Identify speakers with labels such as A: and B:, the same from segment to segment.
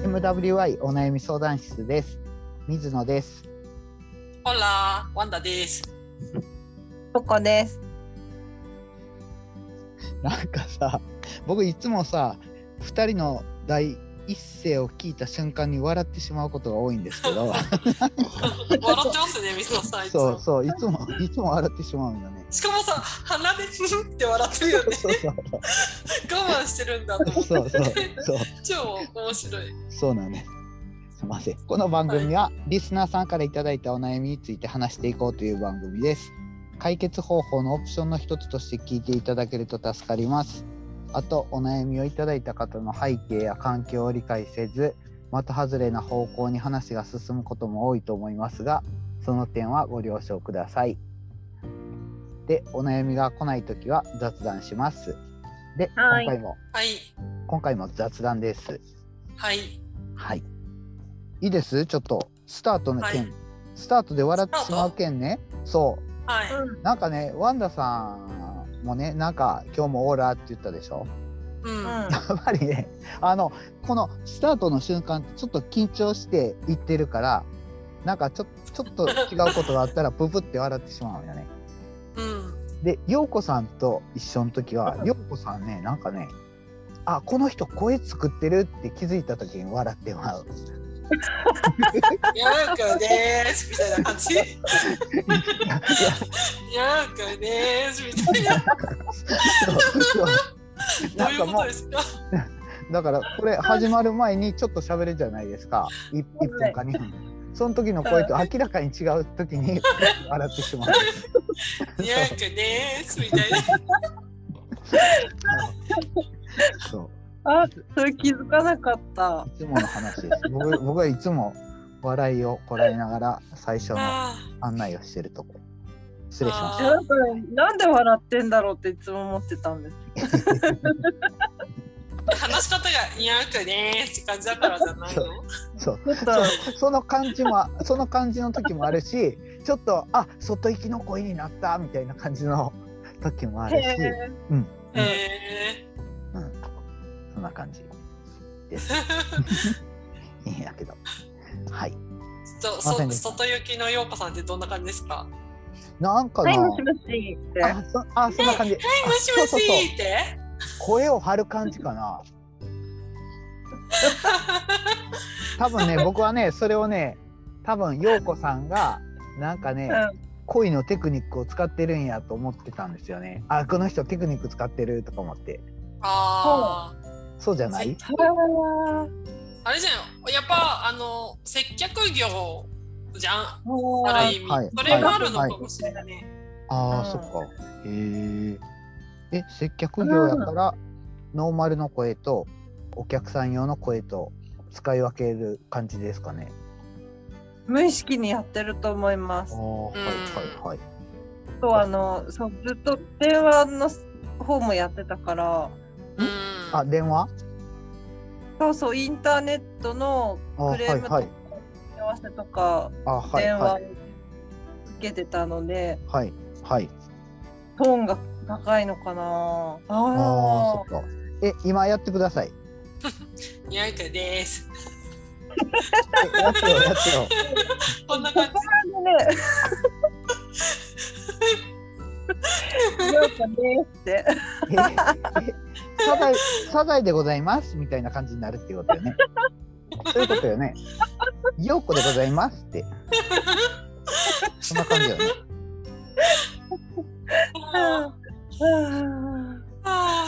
A: MWI お悩み相談室です。水野です。
B: ほら、ワンダです。
C: とこです。
A: なんかさ、僕いつもさ、二人の第一声を聞いた瞬間に笑ってしまうことが多いんですけど、
B: 笑ってますね、水野さん。いつ
A: そう
B: も
A: そう、いつもいつも笑ってしまうんだね。
B: しかもさ、鼻 でふんって笑ってるよね。
A: そうそう
B: 我慢してるんだと
A: そ
B: 思っ
A: うそう
B: て。
A: そう
B: 超面白い。
A: そうなんです。すみません。この番組はリスナーさんからいただいたお悩みについて話していこうという番組です。解決方法のオプションの一つとして聞いていただけると助かります。あとお悩みをいただいた方の背景や環境を理解せず、的外れな方向に話が進むことも多いと思いますが、その点はご了承ください。で、お悩みが来ないときは雑談します。で、
C: はい
A: 今回も
B: はい。
A: 今回も雑談です。
B: はい。
A: はい。いいです。ちょっとスタートの件、
B: はい
A: スタートで笑ってしまう件ね。そ
B: はい。
A: う。なんかね、ワンダさんもね、なんか今日もオーラって言ったでしょ。
B: うん。
C: うん。
B: は
C: あ
A: やっぱりね、あのこのスタートの瞬間ちょっと緊張して言ってるから、なんかちょちょっと違うことがあった らププって笑ってしまうよね。
B: うん。
A: で、陽子さんと一緒の時は、陽子さんね、なんかね、あ、この人声作ってるって気づいた時に笑ってまう。
B: やらかです。みたいな感じ。やらかです。みたい な。
A: そうそう
B: どう
A: なん
B: い
A: か
B: う
A: も
B: ことですか。
A: うだからこれ始まる前にちょっと喋るじゃないですか 1, 分か2分その時の声と明らかに違う時 に笑ってしまう
B: やらかです。みたいな。
A: そ、
C: それ気づかなかった
A: う。いつもの話です僕僕はいつも笑いをこらえながら最初の
B: あ
A: 案内をしてるとこ失礼しまし
B: あ
C: なんかなんで笑ってんだろうっていつも思ってたんです。
B: ー話し方がやらかですって感じだからじゃないの。
A: た そう
C: ちょっと
A: そその感じもその感じの時もあるしちょっとあ外行きの声になったみたいな感じの時もあるし
C: へえ
A: うん
B: え
A: うん、そんな感じ です。いいんやけど。はい。
B: ー。と、
A: すいません
B: そ、
A: でした
B: 外行きのようこさんってどんな感じですか。
A: なんかな。
C: はいもしもしって。
A: あ、そあそんな感じ。
B: はい、もしも
A: あそうそうそう
B: しって。
A: 声を張る感じか な。多分ね、僕はね、それをね、多分陽子さんがなんかね、
C: うん
A: 恋のテクニックを使ってるんやと思ってたんですよね。あ、この人テクニック使ってるとか思って。
B: ああ、
A: そうじゃない？
C: は
B: あれじゃん。やっぱあの接客業じゃん。
C: あ。もう。
B: ある意味、
A: はい
B: それがあるのかもしれないね。
A: ああ、
C: うん
A: そっか。へえ。え、接客業やから、ノーマルの声とお客さん用の声と使い分ける感じですかね。
C: 無意識にやってると思いま
A: あ
C: す
A: あ、。はいはいはい。
C: あとあのそうずっと電話の方もやってたから、
B: うん。
A: あ、電話？
C: そうそうインターネットの
A: あ、は
C: ク
A: い
C: レームとか
A: はい。
C: 問い合わせとか
A: あ、はい
C: 電話
A: は
C: を
A: い
C: 受けてたので、
A: はいはい。
C: トーンが高いのかな。
A: あ
C: あ
A: あ、そっか。え、今やってください。
B: にゃいかです。
A: えやってよやってよ。
B: こんな感じ。
C: ね。 なんか ねって。
A: ええサザエサザエでございますみたいな感じになるっていうことよね。そういうことよね。ようこでございますって。そんな感じよね。
B: あーあ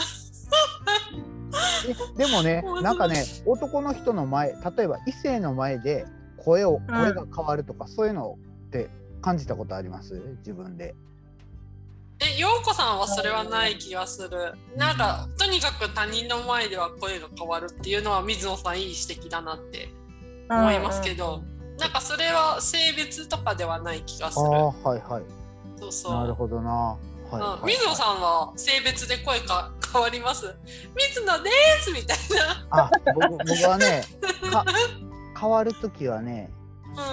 A: えでもね
B: 面白い
A: なんかね男の人の前例えば異性の前で声を声が変わるとか、そういうのって感じたことあります自分で。
B: ー。え、ようこさんはそれはない気がする。なんか、とにかく他人の前では声が変わるっていうのは、水野さんいい指摘だなって思いますけど、なんかそれは性別とかではない気がす
A: あ
B: る。
A: あはいはい
B: そうそう。
A: なるほどな。はい
B: うん
A: はい、
B: 水野さんは性別で声か変わります水野ですみたい
A: あ僕僕はねか変わる時はね
B: な。う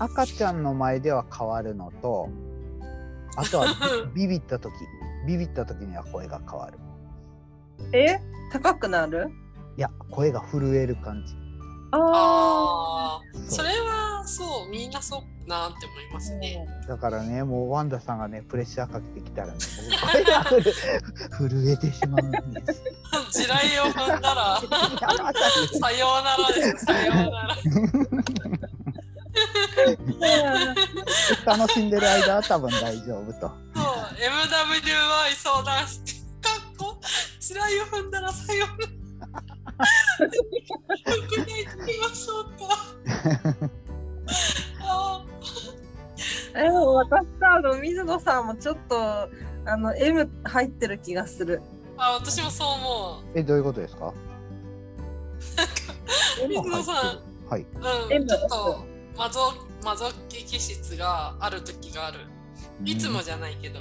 A: 赤ちゃんの前では変わるのとあ とはビビった時ビビった時には声が変わる。
C: うん。え、高くなる？
A: いや声が震える感じ。
C: あ
B: ああそれはそうみんなそうなって思いますね。
A: だからねもうワンダさんがねプレッシャーかけてきたら、ね、僕声が震え震 えてしまうん です。
B: 地雷を踏んだら さようならです。さようなら。
C: あ。
A: 楽しんでる間は多分大丈夫と。
B: そう MWI 相談して かっこ地雷を踏んだらさような ら。よくない行きましょうか。 あ
C: でも私さあの水野さんもちょっとあの M 入ってる気がする。
B: ーあ私もそう思う。
A: えどういうことですか？
B: 水野さん
A: ん。はい。
B: う
C: M
B: ん、ちょっとマゾマゾッキ気質がある時がある。いつもじゃないけど。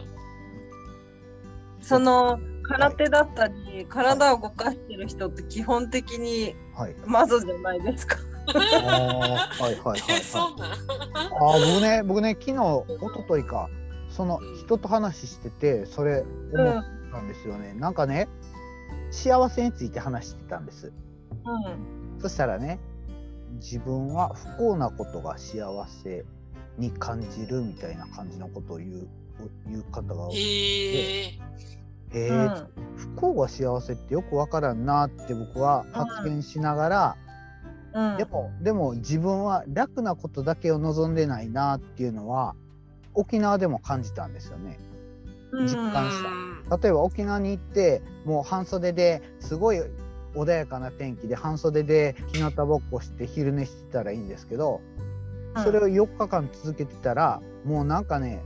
C: その空手だったり体を動かしてる人って基本的に
A: うん。 はい。
C: マゾじゃないですか。
A: あーはいはいはい、
B: え、
A: はい
B: そうなん。
A: あー僕ね僕ね昨日一昨日かその人と話しててそれ
C: うん。う
A: 思ったんですよね、なんかね幸せについて話してたんです
C: ん。
A: そしたらね自分は不幸なことが幸せに感じるみたいな感じのことを言う言う方が多
B: え
A: い
B: ー、
A: へえ
C: うん。
A: 不幸が幸せってよくわからんなって僕は発見しながら、
C: うん
A: でもでも自分は楽なことだけを望んでないなっていうのは沖縄でも感じたんですよね。
C: うん
A: 実
B: う
A: 感した
B: ん。
A: 例えば沖縄に行ってもう半袖ですごい穏やかな天気で半袖で日向ぼっこして昼寝してたらいいんですけどそれを4日間続けてたらもうなんかね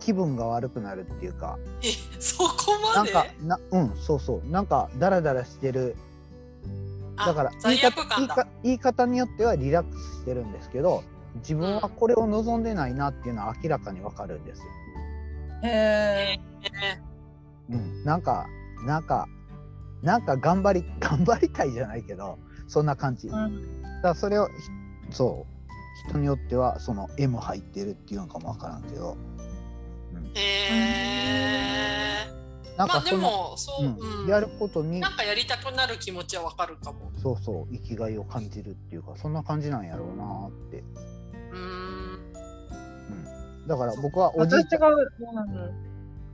A: 気分が悪くなるっていうか
B: え、そこ
A: な
B: ま
A: ん
B: で
A: かなうんそうそうなんかダラダラしてるだから
B: あ
A: 言い
B: 罪
A: 方
B: 悪
A: 言
B: 感
A: い
B: だ
A: か。言い方によってはリラックスしてるんですけど自分はこれを望んでないなっていうのは明らかにわかるんですよ。
C: へ
A: うん、なんかなんかなんか頑張り 頑張りたいじゃないけどそんな感じ
C: え。
A: だからそれをひそう人によってはその M 入ってるっていうのかもわからんけど
B: えー、
A: なん
B: まあ
A: か
B: で
A: その、
B: もそう、
A: う、
B: うんん、
A: やることに
B: なんかやりたくなる気持ちはわかるかも。
A: そうそう生きがいを感じるっていうかそんな感じなんやろうなーって
B: うーん。
A: だから僕はおじい
C: 私
A: ちゃん
C: が、うん、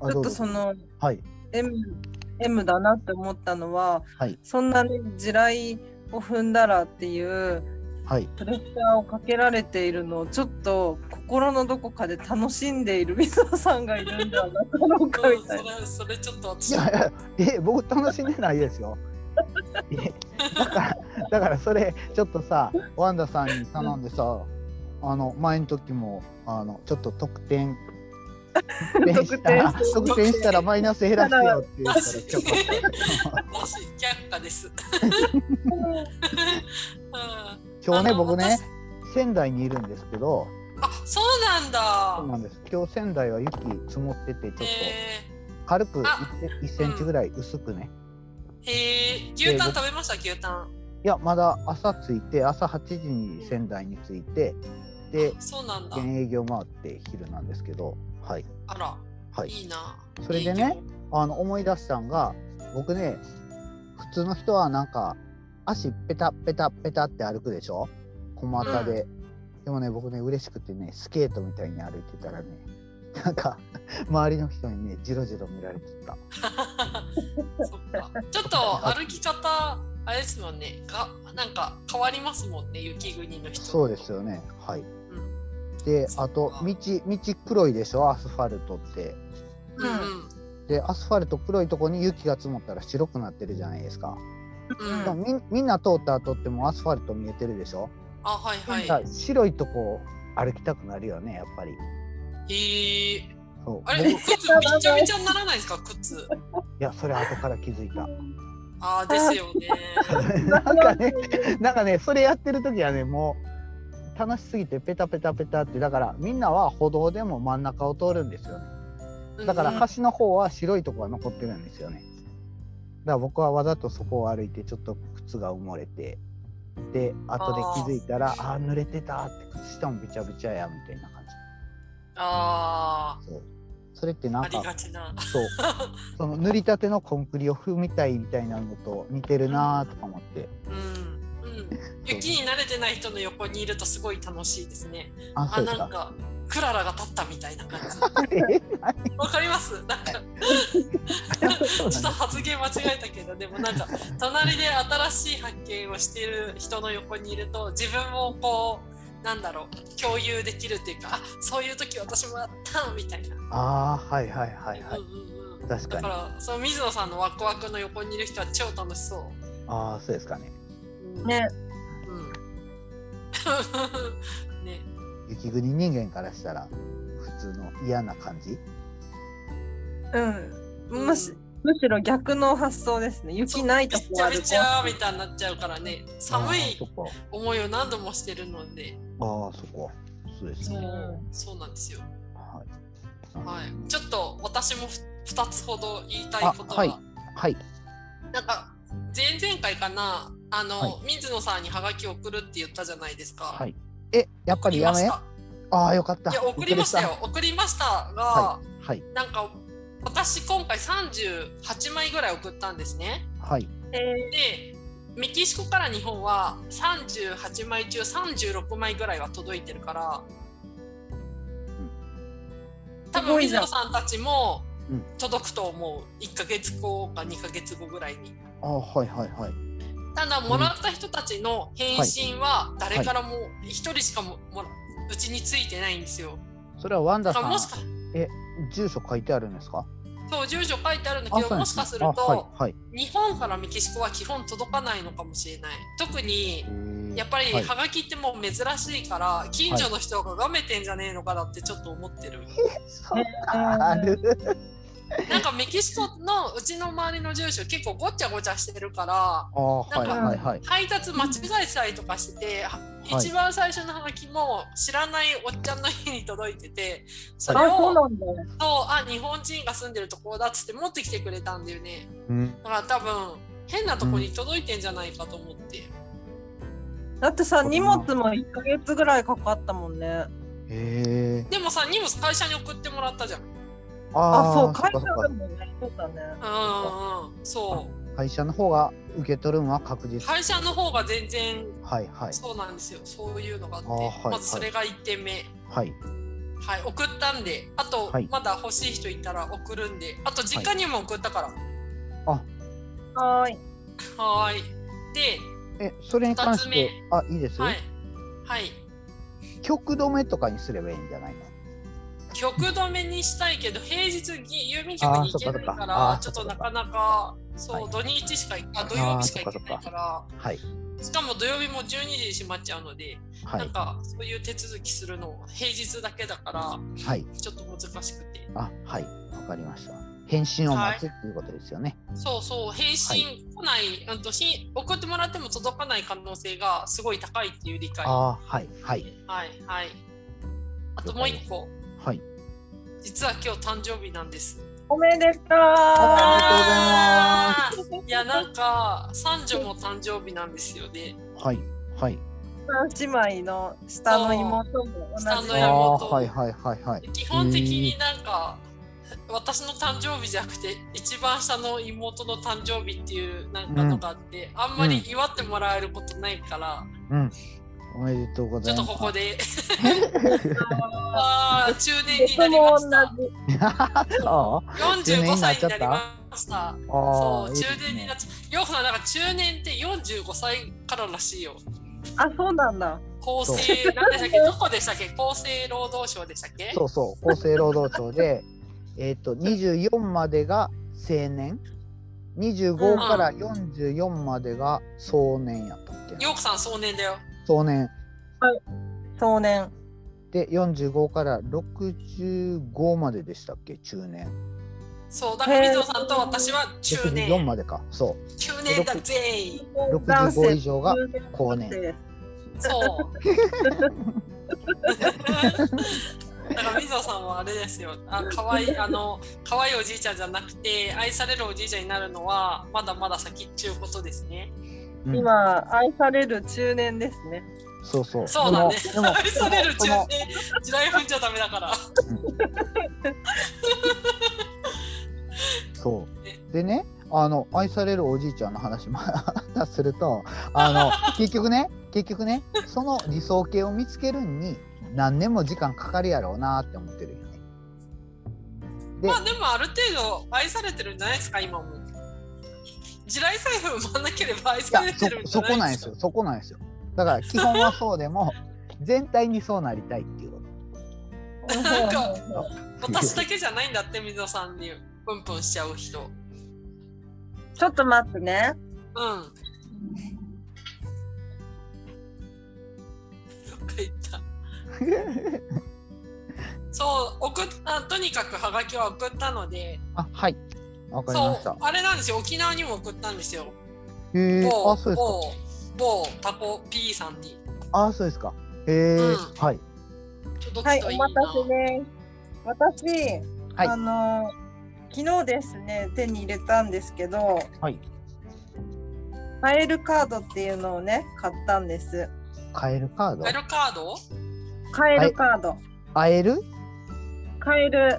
A: あど
C: ちょっ
A: う
C: と
A: ぞ
C: その
A: はい
C: M, M だなって思ったのは、
A: はい
C: そんなに地雷を踏んだらっていう
A: はい
C: プレッシャーをかけられているのをちょっと心のどこかで楽しんでいる水野さんがいるんではなかろうか
B: う
C: み
B: ん、そ
C: たいな。
B: れそれちょっと私
A: いやいやえ僕楽しんでないですよえだからだからそれちょっとさワンダさんに頼んでさあの前の時もあのちょっと得点得点したら
C: 得点
A: 得点したらマイナス減らしてよって言うからちょっと
B: 私却 下です。うん
A: 今日ね
B: あの
A: 僕ね
B: 私
A: 仙台にいるんですけど
B: あ、そうなんだ
A: そう。なんです今日仙台は雪積もっててちょっと
B: え
A: 軽く
B: あ
A: 1センチぐらい薄くね
B: ー、えー、牛タン食べました牛タン。
A: いやまだ朝着いて朝8時に仙台に着いてで
B: そうなんだ。
A: 現営業回って昼なんですけど、はい
B: あら、
A: はい、
B: いいな。
A: それでねあの思い出したんが僕ね普通の人はなんか足ペタペタペタって歩くでしょ小股で、でもね僕ね嬉しくてねスケートみたいに歩いてたらね なんか周りの人にねジロジロ見られてた
B: そっかちょっと歩き方あれですもんねがなんか変わりますもんね雪国の人
A: そうですよねはい
B: うん
A: で
B: そ
A: あ
B: っか
A: と道道黒いでしょアスファルトって
B: うん
A: でアスファルト黒いとこに雪が積もったら白くなってるじゃないですか
B: うん
A: でも
B: うん
A: みんみんな通った後ってもうアスファルト見えてるでしょ、
B: あはい
A: だか
B: は
A: ら白いとこ歩きたくなるよねやっぱり
B: いへえ
A: そう
B: あれ
A: 僕い
B: 靴びちゃびちゃにならないですか靴
A: やそれ後から気づい た
B: あ ーですよね
A: なんかねなんかねそれやってる時はねもう楽しすぎてペタペタペタってだからみんなは歩道でも真ん中を通るんですよねだか
B: う
A: ら
B: ん
A: 端の方は白いとこが残ってるんですよねだから僕はわざとそこを歩いてちょっと靴が埋もれてで後で気づいたらああー濡れてたって靴下もびちゃびちゃやみたいな感じ
B: あ
A: そうそれってな
B: ー
A: ん
B: あり
A: か
B: がちな
A: そう その塗りたてのコンクリを踏みたいみたいなのと似てるなーとか思って
B: うんうん、雪に慣れてない人の横にいるとすごい楽しいですね。
A: あ、
B: あ、
A: そうです
B: なん
A: か。
B: かクララが立ったみたいな 感じ。
A: え
B: わかります。なんか
A: そう
B: ちょ
A: なんだ
B: っと発言間違えたけど、でもなんか隣で新しい発見をしている人の横にいると、自分もこうなんだろう共有できるっていうか、あ、そういう時私もやったみたいな。
A: ああ、はいはいはいはい。
B: うんうんうん
A: 確かに
B: だか。らその水野さんのワクワクの横にいる人は超楽しそ
A: ああ、そうですかね。
B: う。
C: ね。
B: うん。 ね。
A: 雪国人間からしたら、普通の嫌な感じ。
C: うん。むしむしろ逆の発想ですね。雪ないと
B: びっち
C: こ
B: ゃ
C: あ
B: び
C: る。
B: ちゃみたいになっちゃうからね寒い
A: あーそこ。
B: 思いを何度もしてるので
A: ああ、そこ。そうです
B: そう
A: ね。
C: ん
B: そうなんですよ、
A: はい。
B: はい、ちょっと私も2つほど言いたいこ
A: あ
B: とは、
A: はいはい。
B: なんか前々回かなあの、
A: は
B: 水野さんにハガキ送るって言ったじゃないですか、
A: はい。え、やっぱ
B: 送
A: り
B: り
A: や
B: ま
A: め。
B: し
A: あ
B: た
A: あー、よかった。
B: いや送りました
A: 遅
B: よ送りましたが、
A: れた。はい。はい。
B: なんか私今回38枚ぐらい送ったんですね
A: はい。
C: え
B: でメキシコから日本は38枚中36枚ぐらいは届いてるから多
C: すご
B: 分
C: い
B: 水
C: じゃん
B: 野さんたちも
A: うん
B: 届くと思う1ヶ月後か2ヶ月後ぐらいに
A: ああ、はいはいはい。
B: ただもらった人たちの返信は誰からも1人しかももらうちについてないんですよ
A: それはワン
B: だ
A: ダ
B: か
A: さ
B: ら
A: ん
B: もしか。
A: 住所書いてあるんですか。
B: そう住所書いてあるんだ
A: あ
B: け
A: そ
B: ど、
A: うなん
B: も
A: で
B: し
A: すね
B: かすると、
A: あはいはい。
B: 日本からメキシコは基本届かないのかもしれない特に
A: へー
B: やっぱり
A: はい
B: ハガキってもう珍しいから、近所の人ががめてんじゃねえのかなってちょっと思ってる、
A: そうある。
B: なんかメキシコのうちの周りの住所結構ごちゃごちゃしてるから
A: ああ、はい
B: なん
C: か
A: はいはい。
B: 配達間違えたりとかしてて、一番最初のハガキも知らないおっちゃんの家に届いててそ
C: ー、
B: れ
C: あ、
B: を、
C: そうなんだ。
B: そうあ日本人が住んでるところだっつって持ってきてくれたんだよね
A: うん。
B: だから多分変なとこに届いてんじゃないかと思って、
C: だってさ、荷物も一ヶ月ぐらいかかったもんね。
A: へえ。
B: でもさ荷物会社に送ってもらったじゃん
C: あ、そ
A: ー
C: う、会
A: っ
C: 社
A: かっか
C: でもね。そうだね。
B: うんうんうんそう
A: 会社の方が受け取るのは確実。
B: 会社の方が全然
A: はいはい
B: そうなんですよそういうのがあって
A: あーはい
B: まずそれが1点目はい、
A: はい。
B: 送ったんであと、
A: はい
B: まだ欲しい人いたら送るんであと実家にも送ったから
C: はーい。
B: はーいで
A: え、それに関して
B: 二つ、
A: あ、いいですよ
B: は。いはい
A: 曲止めとかにすればいいんじゃないの。
B: 曲止めにしたいけど平日ぎ郵便局に行けないか
A: あ
B: ら
A: ー
B: ち
A: そ
B: ょ
A: っかそ
B: っと
A: っか
B: なかなかそう、
A: はい
B: 土日しかあ土曜日しか行けないから
A: はい。
B: しかも土曜日も12時に閉まっちゃうので、
A: は
B: ないん。かそういう手続きするの平日だけだから
A: はい。
B: ちょっと難しくて
A: あ、はい。わかりました。返信を待つっていうことですよね。
B: そうそう返信来ない、うんとし送ってもらっても届かない可能性がすごい高いっていう理解は
A: あー、はい。はい。
B: いはいあともう一個
A: はい。
B: 実は今日誕生日なんです
C: おめでとう。
A: あ
B: りがとうございますいやなんか三女も誕生日なんですよね
A: はい。はい。
C: 三姉妹の下の妹も同じ。
B: 下の
A: ああ
B: 妹
A: ー、はいはいはいはい。
B: 基本的になんか私の誕生日じゃなくて一番下の妹の誕生日っていうなんかのがあって、あんまり祝ってもらえることないから、
A: おめでとうご
B: ち
A: ざ
B: ょ
A: い
B: っ
A: ま
B: と
A: す。
B: ここで
C: あー
B: ああ中年にな
C: 僕
B: りま
C: も
B: し
C: 同
A: あ中
B: た
C: じ。
A: 年に
B: 45
A: なっ
B: 歳
A: ちゃ
B: に
A: っ
B: な
A: た
B: りました
A: あ、あ
B: そ
A: あ、い
B: う
A: い
B: 中
A: です
B: 年に
A: ね
B: なっちゃヨウフさんなんか中年って45歳かららしいよ
C: あ、そうなんだ。
B: 厚生なんでしたっけどこでしたっけ厚生労働省でしたっけ
A: そうそう、厚生労働省で、 えっと、24までが青年、25から44までが壮年やったっけな、
B: ヨウコさん壮年だよ
A: 壮年。
C: 少年。
A: で、45から65まででしたっけ、中年。
B: そうだから水野さんと私は中
A: 64
B: 年
A: までか、そ
B: 中年だぜー
A: う。
C: 男性
A: 65以上が後年。
B: そう。だから水野さんはあれですよ。あ、可愛いあの可愛いおじいちゃんじゃなくて愛されるおじいちゃんになるのはまだまだ先っちゅうことですね。
A: うん
C: 今愛される中年ですね。
A: そうそう。
B: そうだね
A: でも、でも
B: 愛される中
A: その
B: 年地雷踏んじゃダメだから。
A: そう。でね、あの愛されるおじいちゃんの話また するとあ の結局ね結局ねその理想形を見つけるんに何年も時間かかるやろうなって思ってるよね。で
B: まあでもある程度愛されてるんじゃないですか今も。地雷財布生まなければ愛
A: いや
B: されてるん
A: そ
B: じ
A: そ
B: ゃな
A: こ
B: い
A: なん
B: で
A: ですす
B: か
A: よそこなんですよ。だから基本はそうで も全体にそうなりたいっていうこと。
B: なんか私だけじゃないんだって水野さんにプンプンしちゃう人。うん。
C: ちょっと待ってね。
B: どっか 行った。そう送っあとにかくハガキは送ったので
A: あはいわかりま
B: そ
A: した
B: う。あれなんですよ沖縄にも送ったんですよ。
A: へえ
B: 某
A: あそうですか。
B: 某某タコ P さんに。
A: あそうですか。へえ、
B: うん
A: はい
B: ちょっとどっ
C: はい、
B: ち
C: お
B: といいな、
C: 待たせです。私、
A: はい
C: あの昨日ですね手に入れたんですけど、
A: はい
C: マエルカードっていうのをね買ったんです。
A: 買えるカード
B: メルカード
C: カエルカード、
A: 会える
C: カエル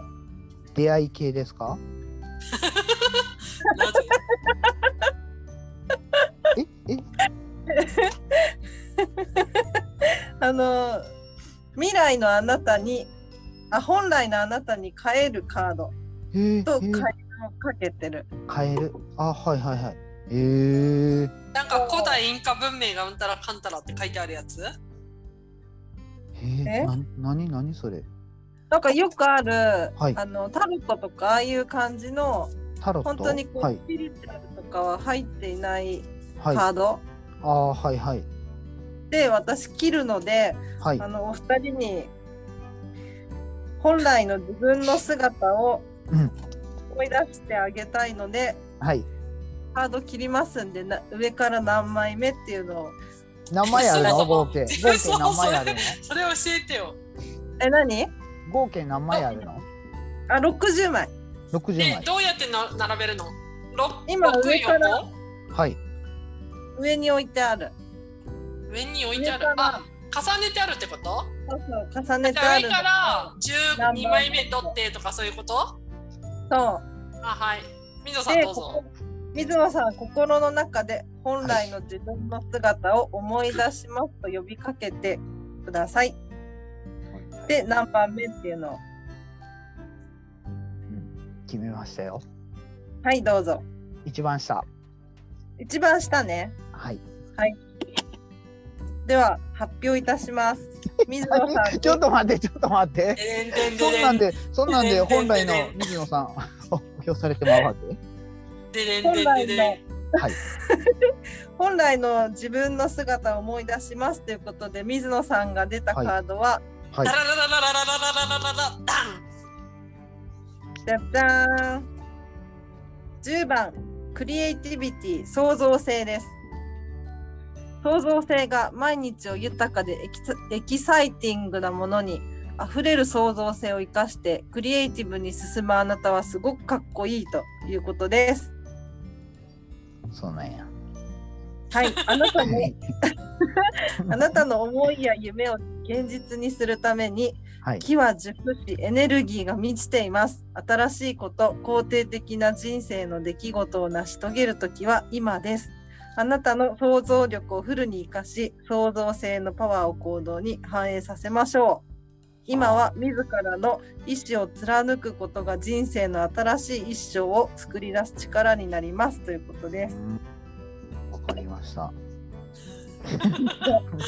A: 出会い系ですか？
B: なぜ
A: ええ
C: あの未来のあなたにあ本来のあなたに変えるカード
A: へえ
C: とカエル
A: へえ
C: をかけてる。
A: カエルあはいはいはいへえ
B: なんか古代インカ文明がうんたらかんたらって書いてあるやつ
A: へえ
C: え
A: な何何それ
C: なんかよくある、
A: はい
C: あのタロットとかああいう感じの
A: タロット
C: 本当にこう、
A: はい
C: スピリチュアルとかは入っていない
A: は
C: カ
A: い
C: ード。
A: あーはいはい
C: で私切るので、
A: はい
C: あのお二人に本来の自分の姿を
A: うん
C: 思い出してあげたいので、
A: はい
C: カード切りますんでな上から何枚目っていうのを
A: 名前 あるの
B: そう
A: 合計合計
B: そう
A: 名前あるの
B: それ教えてよ。
C: え何
A: 合計名前あるの
C: あ60枚
A: 六十
B: え
A: 枚
B: どうやってな並べるのろ
C: 今
B: 六
C: 上から
B: 横
A: はい
C: 上に置いてある
B: 上に置いてある
C: 上。から
B: あ重ねてあるってこと
C: そうそう重ね
B: じ
C: て
B: ゃあ
C: あ
B: 上
C: る
B: から
C: ナンバ
B: 12
C: ー
B: 枚目取ってとかそういうこと
C: そ
B: あはい。水野
C: う
B: さん
C: で
B: どう
C: こ
B: ぞ
C: こ。水野さん心の中で本来の自分の姿を思い出しますと呼びかけてくださいで何番目っていうのを
A: うん決めましたよ
C: はいどうぞ
A: 一番下
C: 一番下ね
A: はい
C: では発表いたします。水野さん、
A: ちょっと待ってちょっと待って
B: でんでん
A: そんなん
B: でん
A: でそんなん で本来の水野さん 発表されてまうわけ
B: でんでん
C: 本
B: でんでん
C: 来
B: でん
C: の
A: はい
C: 本来の自分の姿を思い出しますということで水野さんが出たカード
A: は
C: は、
A: い
B: ダラララララララララララダン
C: じゃじゃーん10番クリエイティビティ創造性です創造性が毎日を豊かでエキサエキサイティングなものにあふれる創造性を生かしてクリエイティブに進むあなたはすごくかっこいいということです
A: そうなんや
C: はいあなた
A: は
C: も
A: い
C: あなたの思いや夢を現実にするために
A: はい
C: 木は熟しエネルギーが満ちています新しいこと肯定的な人生の出来事を成し遂げる時は今ですあなたの想像力をフルに生かし創造性のパワーを行動に反映させましょう今は自らの意思を貫くことが人生の新しい一生を作り出す力になりますということです
A: うんわかりました
B: 途端に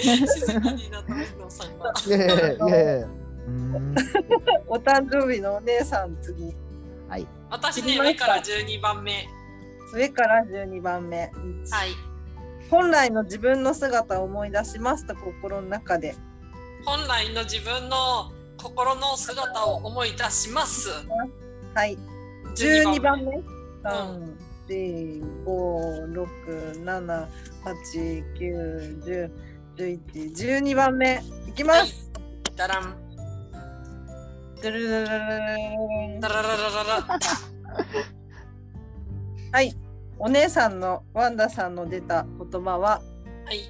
B: 静かになった水野さんが。
A: いやいやいやいやうーん
C: お誕生日のお姉さん次
A: はい
B: 私ね上から12番目。
C: 上から12番目、
B: はい。
C: 本来の自分の姿を思い出しますと心の中で
B: 本来の自分の心の姿を思い出します。
C: はい12番目3 4 5 6 7 8 9 1 0 1 1 12番目いき
B: は
C: ま
B: い
C: す。
B: ダラン、
C: ドゥルルルルルルル
B: ダラララララ。
C: はいお姉さんのワンダさんの出た言葉は
B: はい。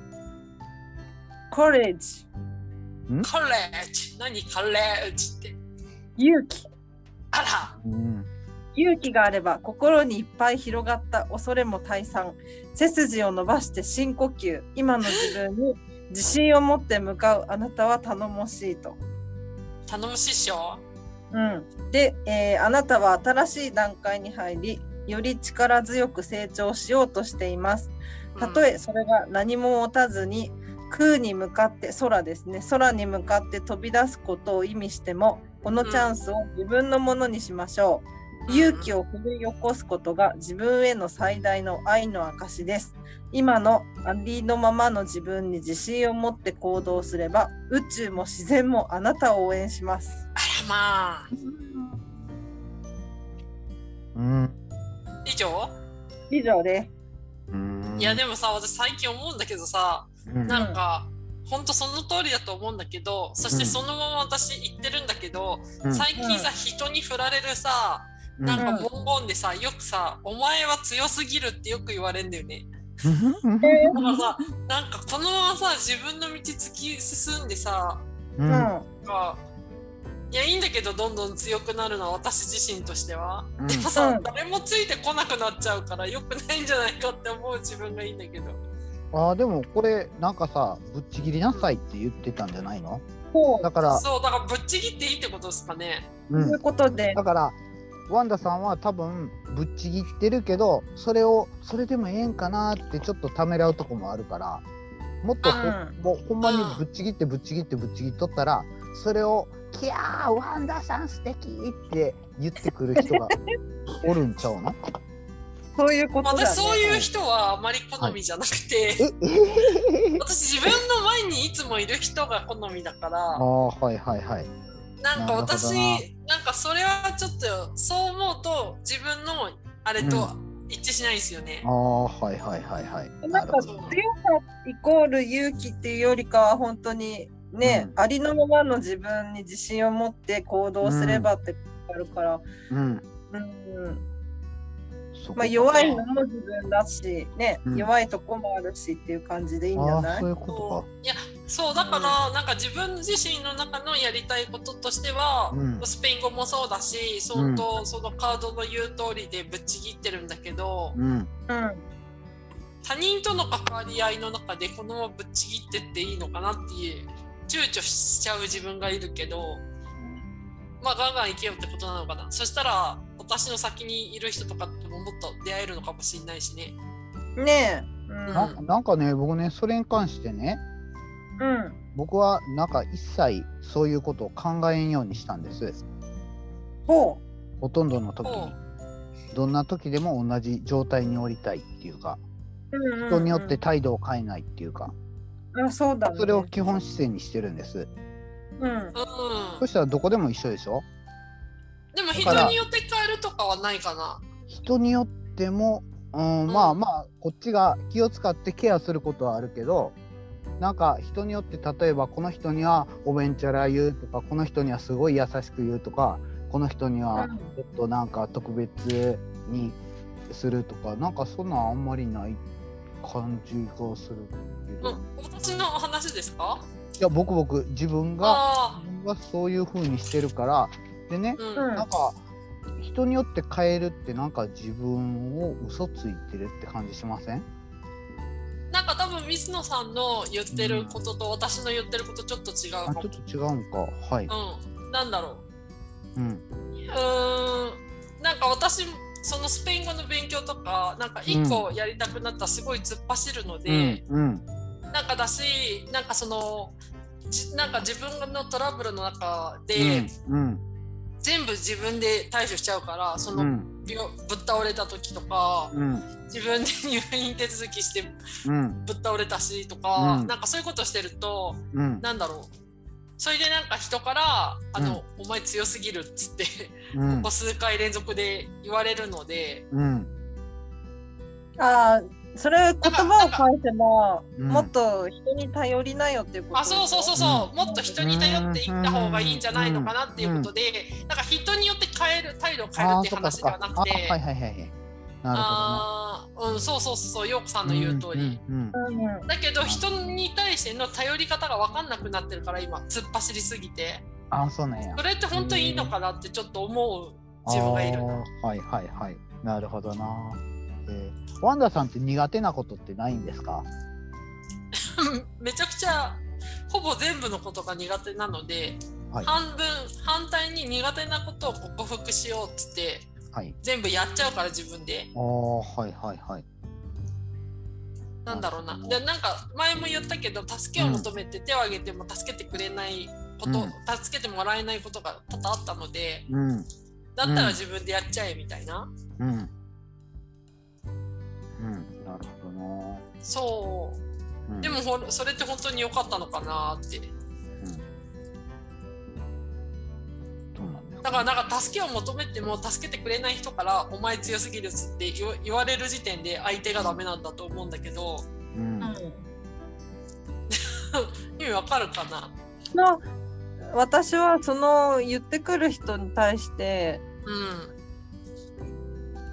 C: 「コレッジ
B: カレッジ、何カレッジって。
C: 勇気
B: あら
A: うん、
C: 勇気があれば心にいっぱい広がった恐れも退散背筋を伸ばして深呼吸今の自分に自信を持って向かうあなたは頼もしいと。
B: 頼もしいっしょ
C: うん、で、えーあなたは新しい段階に入りより力強く成長しようとしています。たとえそれが何も持たずに空に向かって空ですね空に向かって飛び出すことを意味してもこのチャンスを自分のものにしましょう、勇気
B: を
C: を振り起こすことが自分への最大の愛の証です今のありのままの自分に自信を持って行動すれば宇宙も自然もあなたを応援します
B: あらまあ
A: うん
B: 以上
C: 以上です
A: うん
B: いやでもさ私最近思うんだけどさ
A: うん
B: なんか、ほんとその通りだと思うんだけどそしてそのまま私言ってるんだけど、
A: うん
B: 最近さ、人に振られるさなんか文言でさよくさ「お前は強すぎる」ってよく言われんだよね。
A: うん
B: だからさなんかこのままさ自分の道突き進んでさ
A: うん
C: うん
B: なんかいやいいんだけどどんどん強くなるのは私自身としては。
A: うん
B: でもさ、
C: うん
B: 誰もついてこなくなっちゃうからよくないんじゃないかって思う自分がいいんだけど。
A: あーでもこれなんかさぶっちぎりなさいって言ってたんじゃないの
C: そう
A: だから、
B: そうだからぶっちぎっていいってことですかね。
A: う、
C: というんことで、
A: だからワンダさんは多分ぶっちぎってるけどそれをそれでもええんかなってちょっとためらうとこもあるからもっとほ,、
C: うん
A: もうほんまにぶっちぎってぶっちぎってぶっちぎっとったらそれを「キャーワンダさん素敵って言ってくる人 がおるんちゃうの
C: そういうことだ、ね。
B: 私そういう人はあまり好みじゃなくて、
A: ええ
B: 私自分の前にいつもいる人が好みだか
A: あ
B: ら。
A: あはいはいはい。
B: なんか私
A: なるほ
B: なんかそれはちょっとそう思うと自分のあれと一致しないんですよね
A: あ。あはいはいはいはい。
C: なんか
A: るほ
C: 強
A: ど
C: さイコール勇気っていうよりかは本当にね、
A: う
C: ありのままの自分に自信を持って行動すればってことあるから、
A: うん。
C: うん
A: そこ
C: まあ、弱いのも自分だし、ね
A: うん
C: 弱いとこもあるしっていう感じでいいんじゃ
A: あ
C: な
A: あ
C: い
A: そう
C: う
A: いうこ
B: いやそうだからなんか自分自身の中のやりたいこととしては、
A: うん
B: スペイン語もそうだし相当そのカードの言う通りでぶっちぎってるんだけど
A: とか。うん。
C: ん、
B: 他人との関わり合いの中でこのままぶっちぎってっていいのかなっていう躊躇しちゃう自分がいるけどまあガンガン行けよってことなのかなそしたら私の先にいる人とかとももっと出会えるのかもしれないしね。
C: ねえ
A: ななんかね僕ねそれに関してね
C: うん、
A: 僕はなんか一切そういうことを考えんようにしたんです
C: うん、ほ
A: ほとんどの時
B: ほ
A: にどんな時でも同じ状態におりたいっていうか
C: う、うんうんうん
A: 人によって態度を変えないっていうか
C: あそうだ、ね、
A: それを基本姿勢にしてるんです
C: うん
B: う、
A: そしたらどこでも一緒でしょ
B: ん、でも
A: だから
B: 人によって変えるとかはないかな。
A: 人によってもうん
B: ん
A: まあまあこっちが気を使ってケアすることはあるけどなんか人によって例えばこの人にはおべんちゃら言うとかこの人にはすごい優しく言うとかこの人にはちょっとなんか特別にするとかなんかそんなんあんまりない感じがするけ
B: う
A: ど、い
B: ん、私の話ですか
A: や僕僕自分が
B: あ
A: 自分がそういう風にしてるからでね
B: あ、うん、
C: うん
A: なんか人によって変えるってなんか自分を嘘ついてるって感じしません
B: なんか多分水野さんの言ってることと私の言ってることちょっと違う
A: あ
B: かも
A: ちょっと違うんかはい、
B: うん、なんだろう
A: うん
B: うーんなんか私そのスペイン語の勉強とかなんか一個やりたくなったらすごい突っ走るので、
A: うん
B: なんかだしなんかそのじなんか自分のトラブルの中で、
A: うん
B: 全部自分で対処しちゃうからそ
A: うんう
B: の
A: ん
B: 病、ぶっ倒れた時とか
A: うん
B: 自分で入院手続きして
A: うん
B: ぶっ倒れたしとか、
A: うん
B: なんかそういうことしてると
A: うん
B: なんだろうそれでなんか人から「あの、お前強すぎる」っつって
A: うん
B: ここ数回連続で言われるので
A: うん
C: ああそれ言葉を変えても、
A: うん
C: もっと人に頼りなよっていうこと
B: あそうそうそうそう、もっと人に頼っていった方がいいんじゃないのかなっていうことで、なんか人によって変える態度を変える
A: あー
B: っていう
A: そっかそっか
B: 話ではな
A: あ
B: く
A: はい
B: て
A: はいはいはいなるほどね
B: あーうんそうそうそうようこさんの言う通り、
A: うんうん
C: う、うんうん
B: だけど人に対しての頼り方が分かんなくなってるから今突っ走りすぎて
A: あそうなんや
B: それって本当にいいのかなってちょっと思う 自分がいるな
A: あーはいはいはいなるほどな、えーワンダさんって苦手なことってないんですか
B: めちゃくちゃほぼ全部のことが苦手なので、
A: はい
B: 半分反対に苦手なことを克服しようっつって
A: はい
B: 全部やっちゃうから自分で
A: あーはいはいはい
B: なんだろうな
A: なるほど
B: でなんか前も言ったけど助けを求めて手を挙げても助けてくれないこと、
A: うん
B: 助けてもらえないことが多々あったので
A: うん
B: だった
A: うん
B: ら自分でやっちゃえみたいな、
A: うんうんなるほどな、
B: そ
A: うん
B: うでもほんそれって本当に良かったのかなって
A: うんどうなんです
B: だからなんか助けを求めても助けてくれない人から「お前強すぎる」って言わ言われる時点で相手がダメなんだと思うんだけど
A: うん
B: 意味わかるかな
C: の私はその言ってくる人に対して
B: うん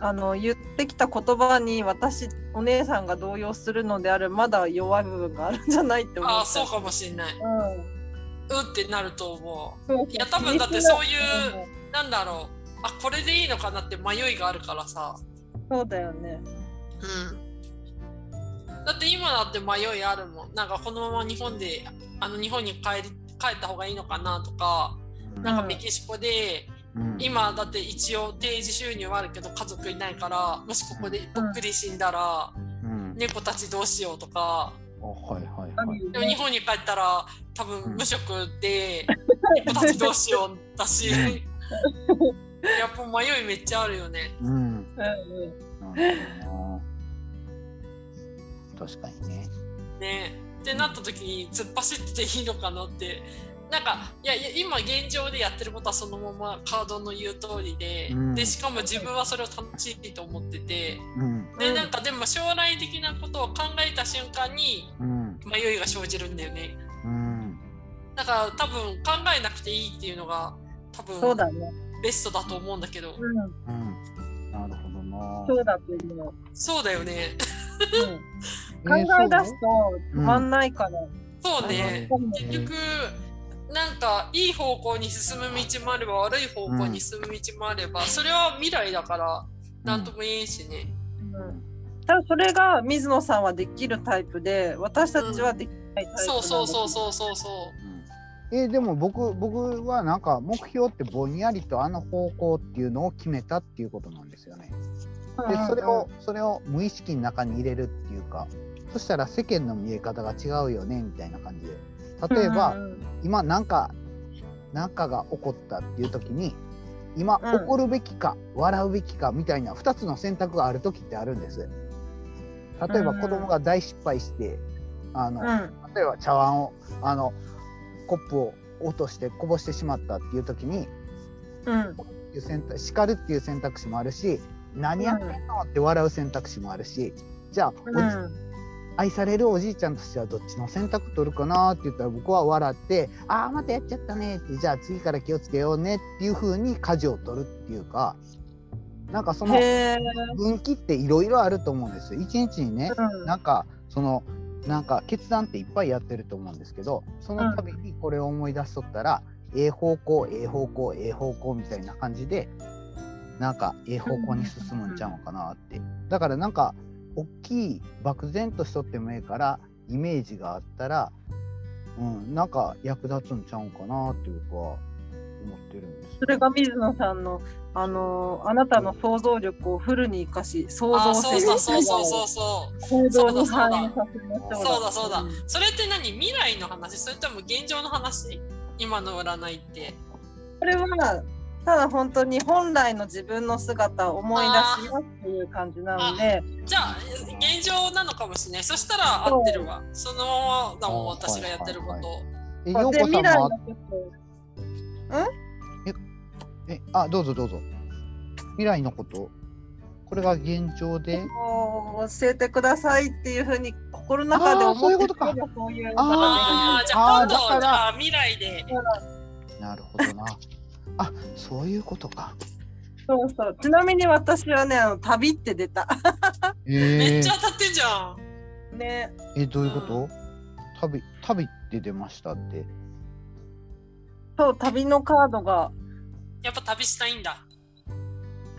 C: あの言ってきた言葉に私お姉さんが動揺するのであるまだ弱い部分があるんじゃないって思
B: ああ
C: って
B: そうかもしんないうんってなると思
C: うん、
B: いや多分だってそういううなんだろうあこれでいいのかなって迷いがあるからさ
C: そうだよね
B: うんだって今だって迷いあるもんなんかこのまま日本であの日本に帰り帰った方がいいのかなとかなんかメキシコで
A: うん
B: 今だって一応定時収入はあるけど家族いないからもしここでぽっくり死んだら
A: うん
B: 猫たちどうしようとか
A: あはいはい
C: あ
A: はい
C: るよ
B: でも日
C: ね
B: 本に帰ったら多分無職 で猫たちどうしようだしやっぱ迷いめっちゃあるよね。
A: うん
C: うんうん
A: なるほどな確かにね
B: ねってなった時に突っ走ってていいのかなってなんかいやいや今現状でやってることはそのままカードの言う通りで,、
A: うん
B: でしかも自分はそれを楽しいと思ってて。
A: うん
B: で
C: うん
B: なんかでも将来的なことを考えた瞬間に
A: うん
B: 迷いが生じるんだよね
A: うん
B: だから多分考えなくていいっていうのが多
C: そう
B: 分
C: だね、
B: ベストだと思うんだけど
C: うん、
A: うんなるほどな
C: そうだと思う、
B: そうだよね
A: え
C: う
A: ー
C: ん、考え出すと止まんないから、
B: そう
A: ね
B: ね結局なんかいい方向に進む道もあれば悪い方向に進む道もあればそれは未来だから何とも言えんしね
C: ただそれが水野さんはできるタイプで私たちはできないタイプなんだけど
B: そうそうそうそうそうそ
A: うんえーでも僕僕はなんか目標ってぼんやりとあの方向っていうのを決めたっていうことなんですよね。
C: うん
A: でそれをそれを無意識の中に入れるっていうかそしたら世間の見え方が違うよねみたいな感じで例えば、
C: うん
A: 今なんかなんかが起こったっていう時に今
C: うん
A: 怒るべきか笑うべきかみたいな2つの選択がある時ってあるんです。例えば
C: うん
A: 子供が大失敗してあの、
C: うん
A: 例えば茶碗をあのコップを落としてこぼしてしまったっていう時に
C: うん
A: いう選択叱るっていう選択肢もあるし何やってんのって笑う選択肢もあるしじゃあ、お
C: う
A: じ
C: ん
A: 愛されるおじいちゃんとしてはどっちの選択取るかなって言ったら僕は笑って「ああまたやっちゃったね」ってじゃあ次から気をつけようねっていう風に舵を取るっていうかなんかその
C: へえ
A: 分岐っていろいろあると思うんですよ。一日にね
C: うん
A: なんかそのなんか決断っていっぱいやってると思うんですけどその度にこれを思い出しとったら、ええ方向ええ方向ええ方向みたいな感じでなんかええ方向に進むんちゃうのかなってだからなんか大きい漠然としとってもええからイメージがあったら、うん、なんか役立つんちゃうんかなって僕は思ってるんです
C: それが水野さんのあのあなたの想像力をフルに生かし
B: う
C: 創
B: あ
C: 造
B: ーそう
C: 性
B: そ
C: を
B: うそうそうそうそ
C: 行動に反映させましょ
B: う
A: そうだ
B: そうだそうだ
C: うん
B: それって何未来の話それとも現状の話今の占いって
C: これはただ本当に本来の自分の姿を思い出しますっていう感じなので
B: じゃあ現状なのかもしれないそしたら合ってるわそのままだもん
A: あー
B: 私がやってる
A: は
B: こ
A: い
B: と、
A: えようこ
C: で
A: さん
C: 未来の
A: もあ
C: こと
A: えあどうぞどうぞ未来のことこれが現状で
C: を教えてくださいっていうふうに心の中で思っ
A: あー
C: て
A: そういう
C: ればそういう
B: あ
A: あ
B: あーじゃあ今度
A: あーだから
B: じゃあ未来で
A: なるほどな。あ、そういうことか。
C: そうそうちなみに私はねあの旅って出た
A: えー
B: めっちゃ当たってんじゃん、
C: ね
A: え、どういうこと？旅、旅って出ましたって。
C: そう旅のカードが
B: やっぱ旅したいんだ。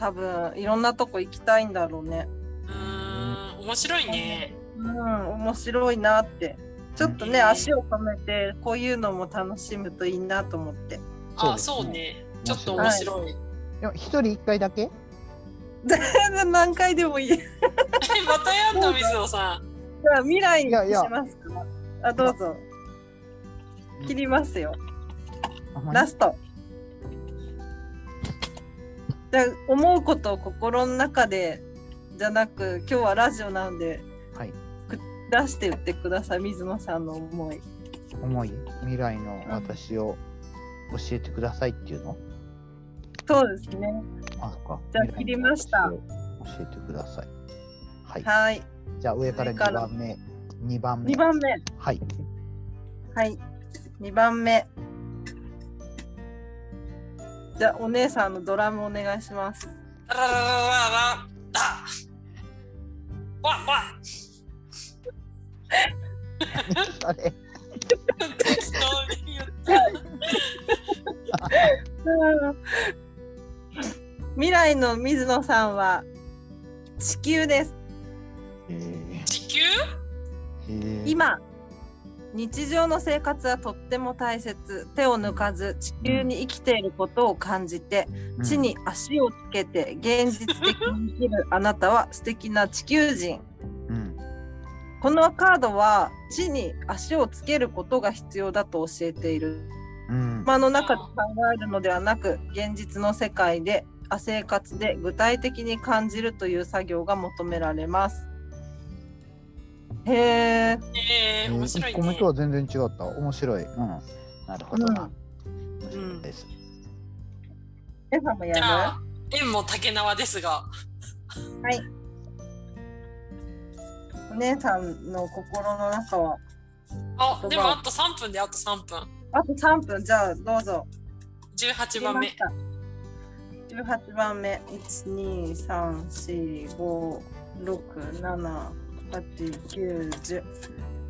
C: 多分いろんなとこ行きたいんだろうね。
B: うーん、面白いね。
C: うん面白いなってちょっとね、
B: えー
C: 足を止めてこういうのも楽しむといいなと思って
B: あ、
A: そ
B: そうう
A: です
B: ね。ちょっと面白い。
A: でも一人一回だけ
C: 何回でもいいじ
B: またやんの、水野さん。
C: ゃあ未来に
A: いやいや
C: しますかあどうぞ切りますよ
A: あほんま
C: ラ
A: に
C: ストじゃあ思うことを心の中でじゃなく今日はラジオなんで
A: はい
C: 出して言ってください水野さんの思い
A: 思い未来の私を教えてくださいっていうの
C: そうですね
A: あそっか
C: じゃあ
A: 未来の
C: 切りました
A: 私を教えてくださいはい
C: はい
A: じゃあ上から
C: 上か
A: 2
C: ら
A: 番目2番目
C: 2番目
A: はい
C: はい、2番目。じゃあお姉さんのドラムお願いし ます。
B: ララララララだ。わわ。
A: あれ
B: 適当に言った。
C: 未来の水野さんは地球です。
A: えー
B: 地球？
A: えー
C: 今日常の生活はとっても大切手を抜かず地球に生きていることを感じて、
A: うん
C: 地に足をつけて現実的に生きるあなたは素敵な地球人
A: うん
C: このカードは地に足をつけることが必要だと教えている
A: うん
C: 馬の中で考えるのではなく現実の世界であ生活で具体的に感じるという作業が求められます。へー
B: ええー、面白い
A: 1個目
B: ね
A: と。は全然違った面白いうんなるほどな、面白いです、
C: 皆さんもや
B: じ
C: る
B: ゃあ縁も竹縄ですが、
C: お姉さんの心の中は
B: あ
C: ここが
B: でもあと3分であと3分。
C: あと3分じゃあどうぞ。
B: 18番目。
C: 十八番目一二三四五六七八九十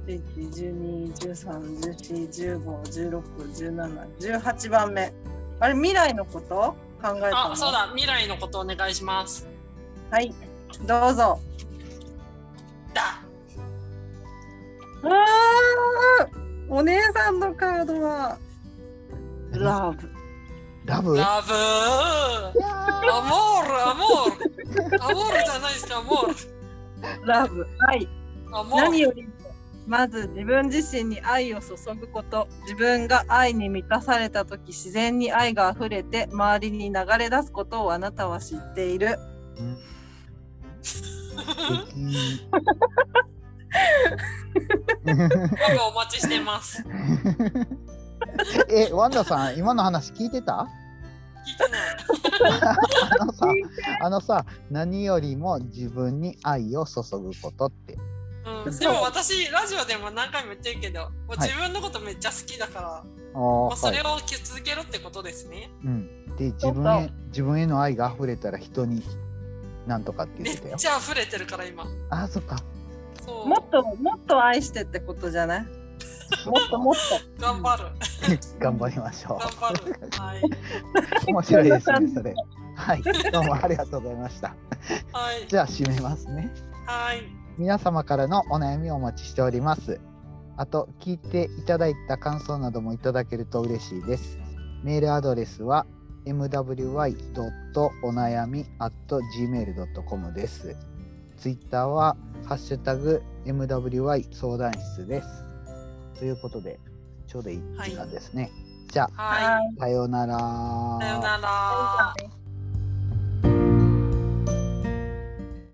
C: 一十二十三十四十五十六十七十八番目あれ未来のこと考えたの
B: あ、そうだ。未来のことお願いします。
C: はいどうぞ
B: だ。
C: うわーお姉さんのカードはラブ
A: ラブ
B: ラブー。アモール、アモール。アモールじゃないですか、アモー
C: ラブ愛
B: ル。アモール。
C: 何よりもまず自分自身に愛を注ぐこと自分が愛に満たされた時自然に愛が溢れて周りに流れ出すことをあなたは知っている
A: うん
B: ラブお待ちしてます。聞
A: え、ワンダさん、今の話聞いてた
B: いてない。
A: あのさ、あのさ、何よりも自分に愛を注ぐことって。
B: うん、でも私ラジオでも何回も言ってるけど、もう自分のことめっちゃ好きだから、
A: お
B: もうそ
A: ーは
B: れ
A: い
B: を続けろってことですね。
A: うん、で、自
C: そう
A: 分へ、自分への愛が溢れたら人になんとかって
B: め
A: 言ってた
B: っ
A: よ。
B: ちゃ溢れてるから今。
A: あ、そっか。
B: そう。
C: もっともっと愛してってことじゃないもっともっと
B: 頑張る。
A: 頑張りましょ
B: 頑張る。はい。
A: う。面白いですね、それ。はい、どうもありがとうございました。
B: はい。
A: じゃあ、締めますね。
B: はい。
A: 皆様からのお悩みをお待ちしております。あと、聞いていただいた感想などもいただけると嬉しいです。メールアドレスは mwy.onayami.gmail.com です。ツイッターは、ハッシュタグ mwy 相談室です。ということで、ちょうどいい時間ですね。じゃあ、
B: はい。
C: い
A: さようなら。
B: さよなら。
C: はい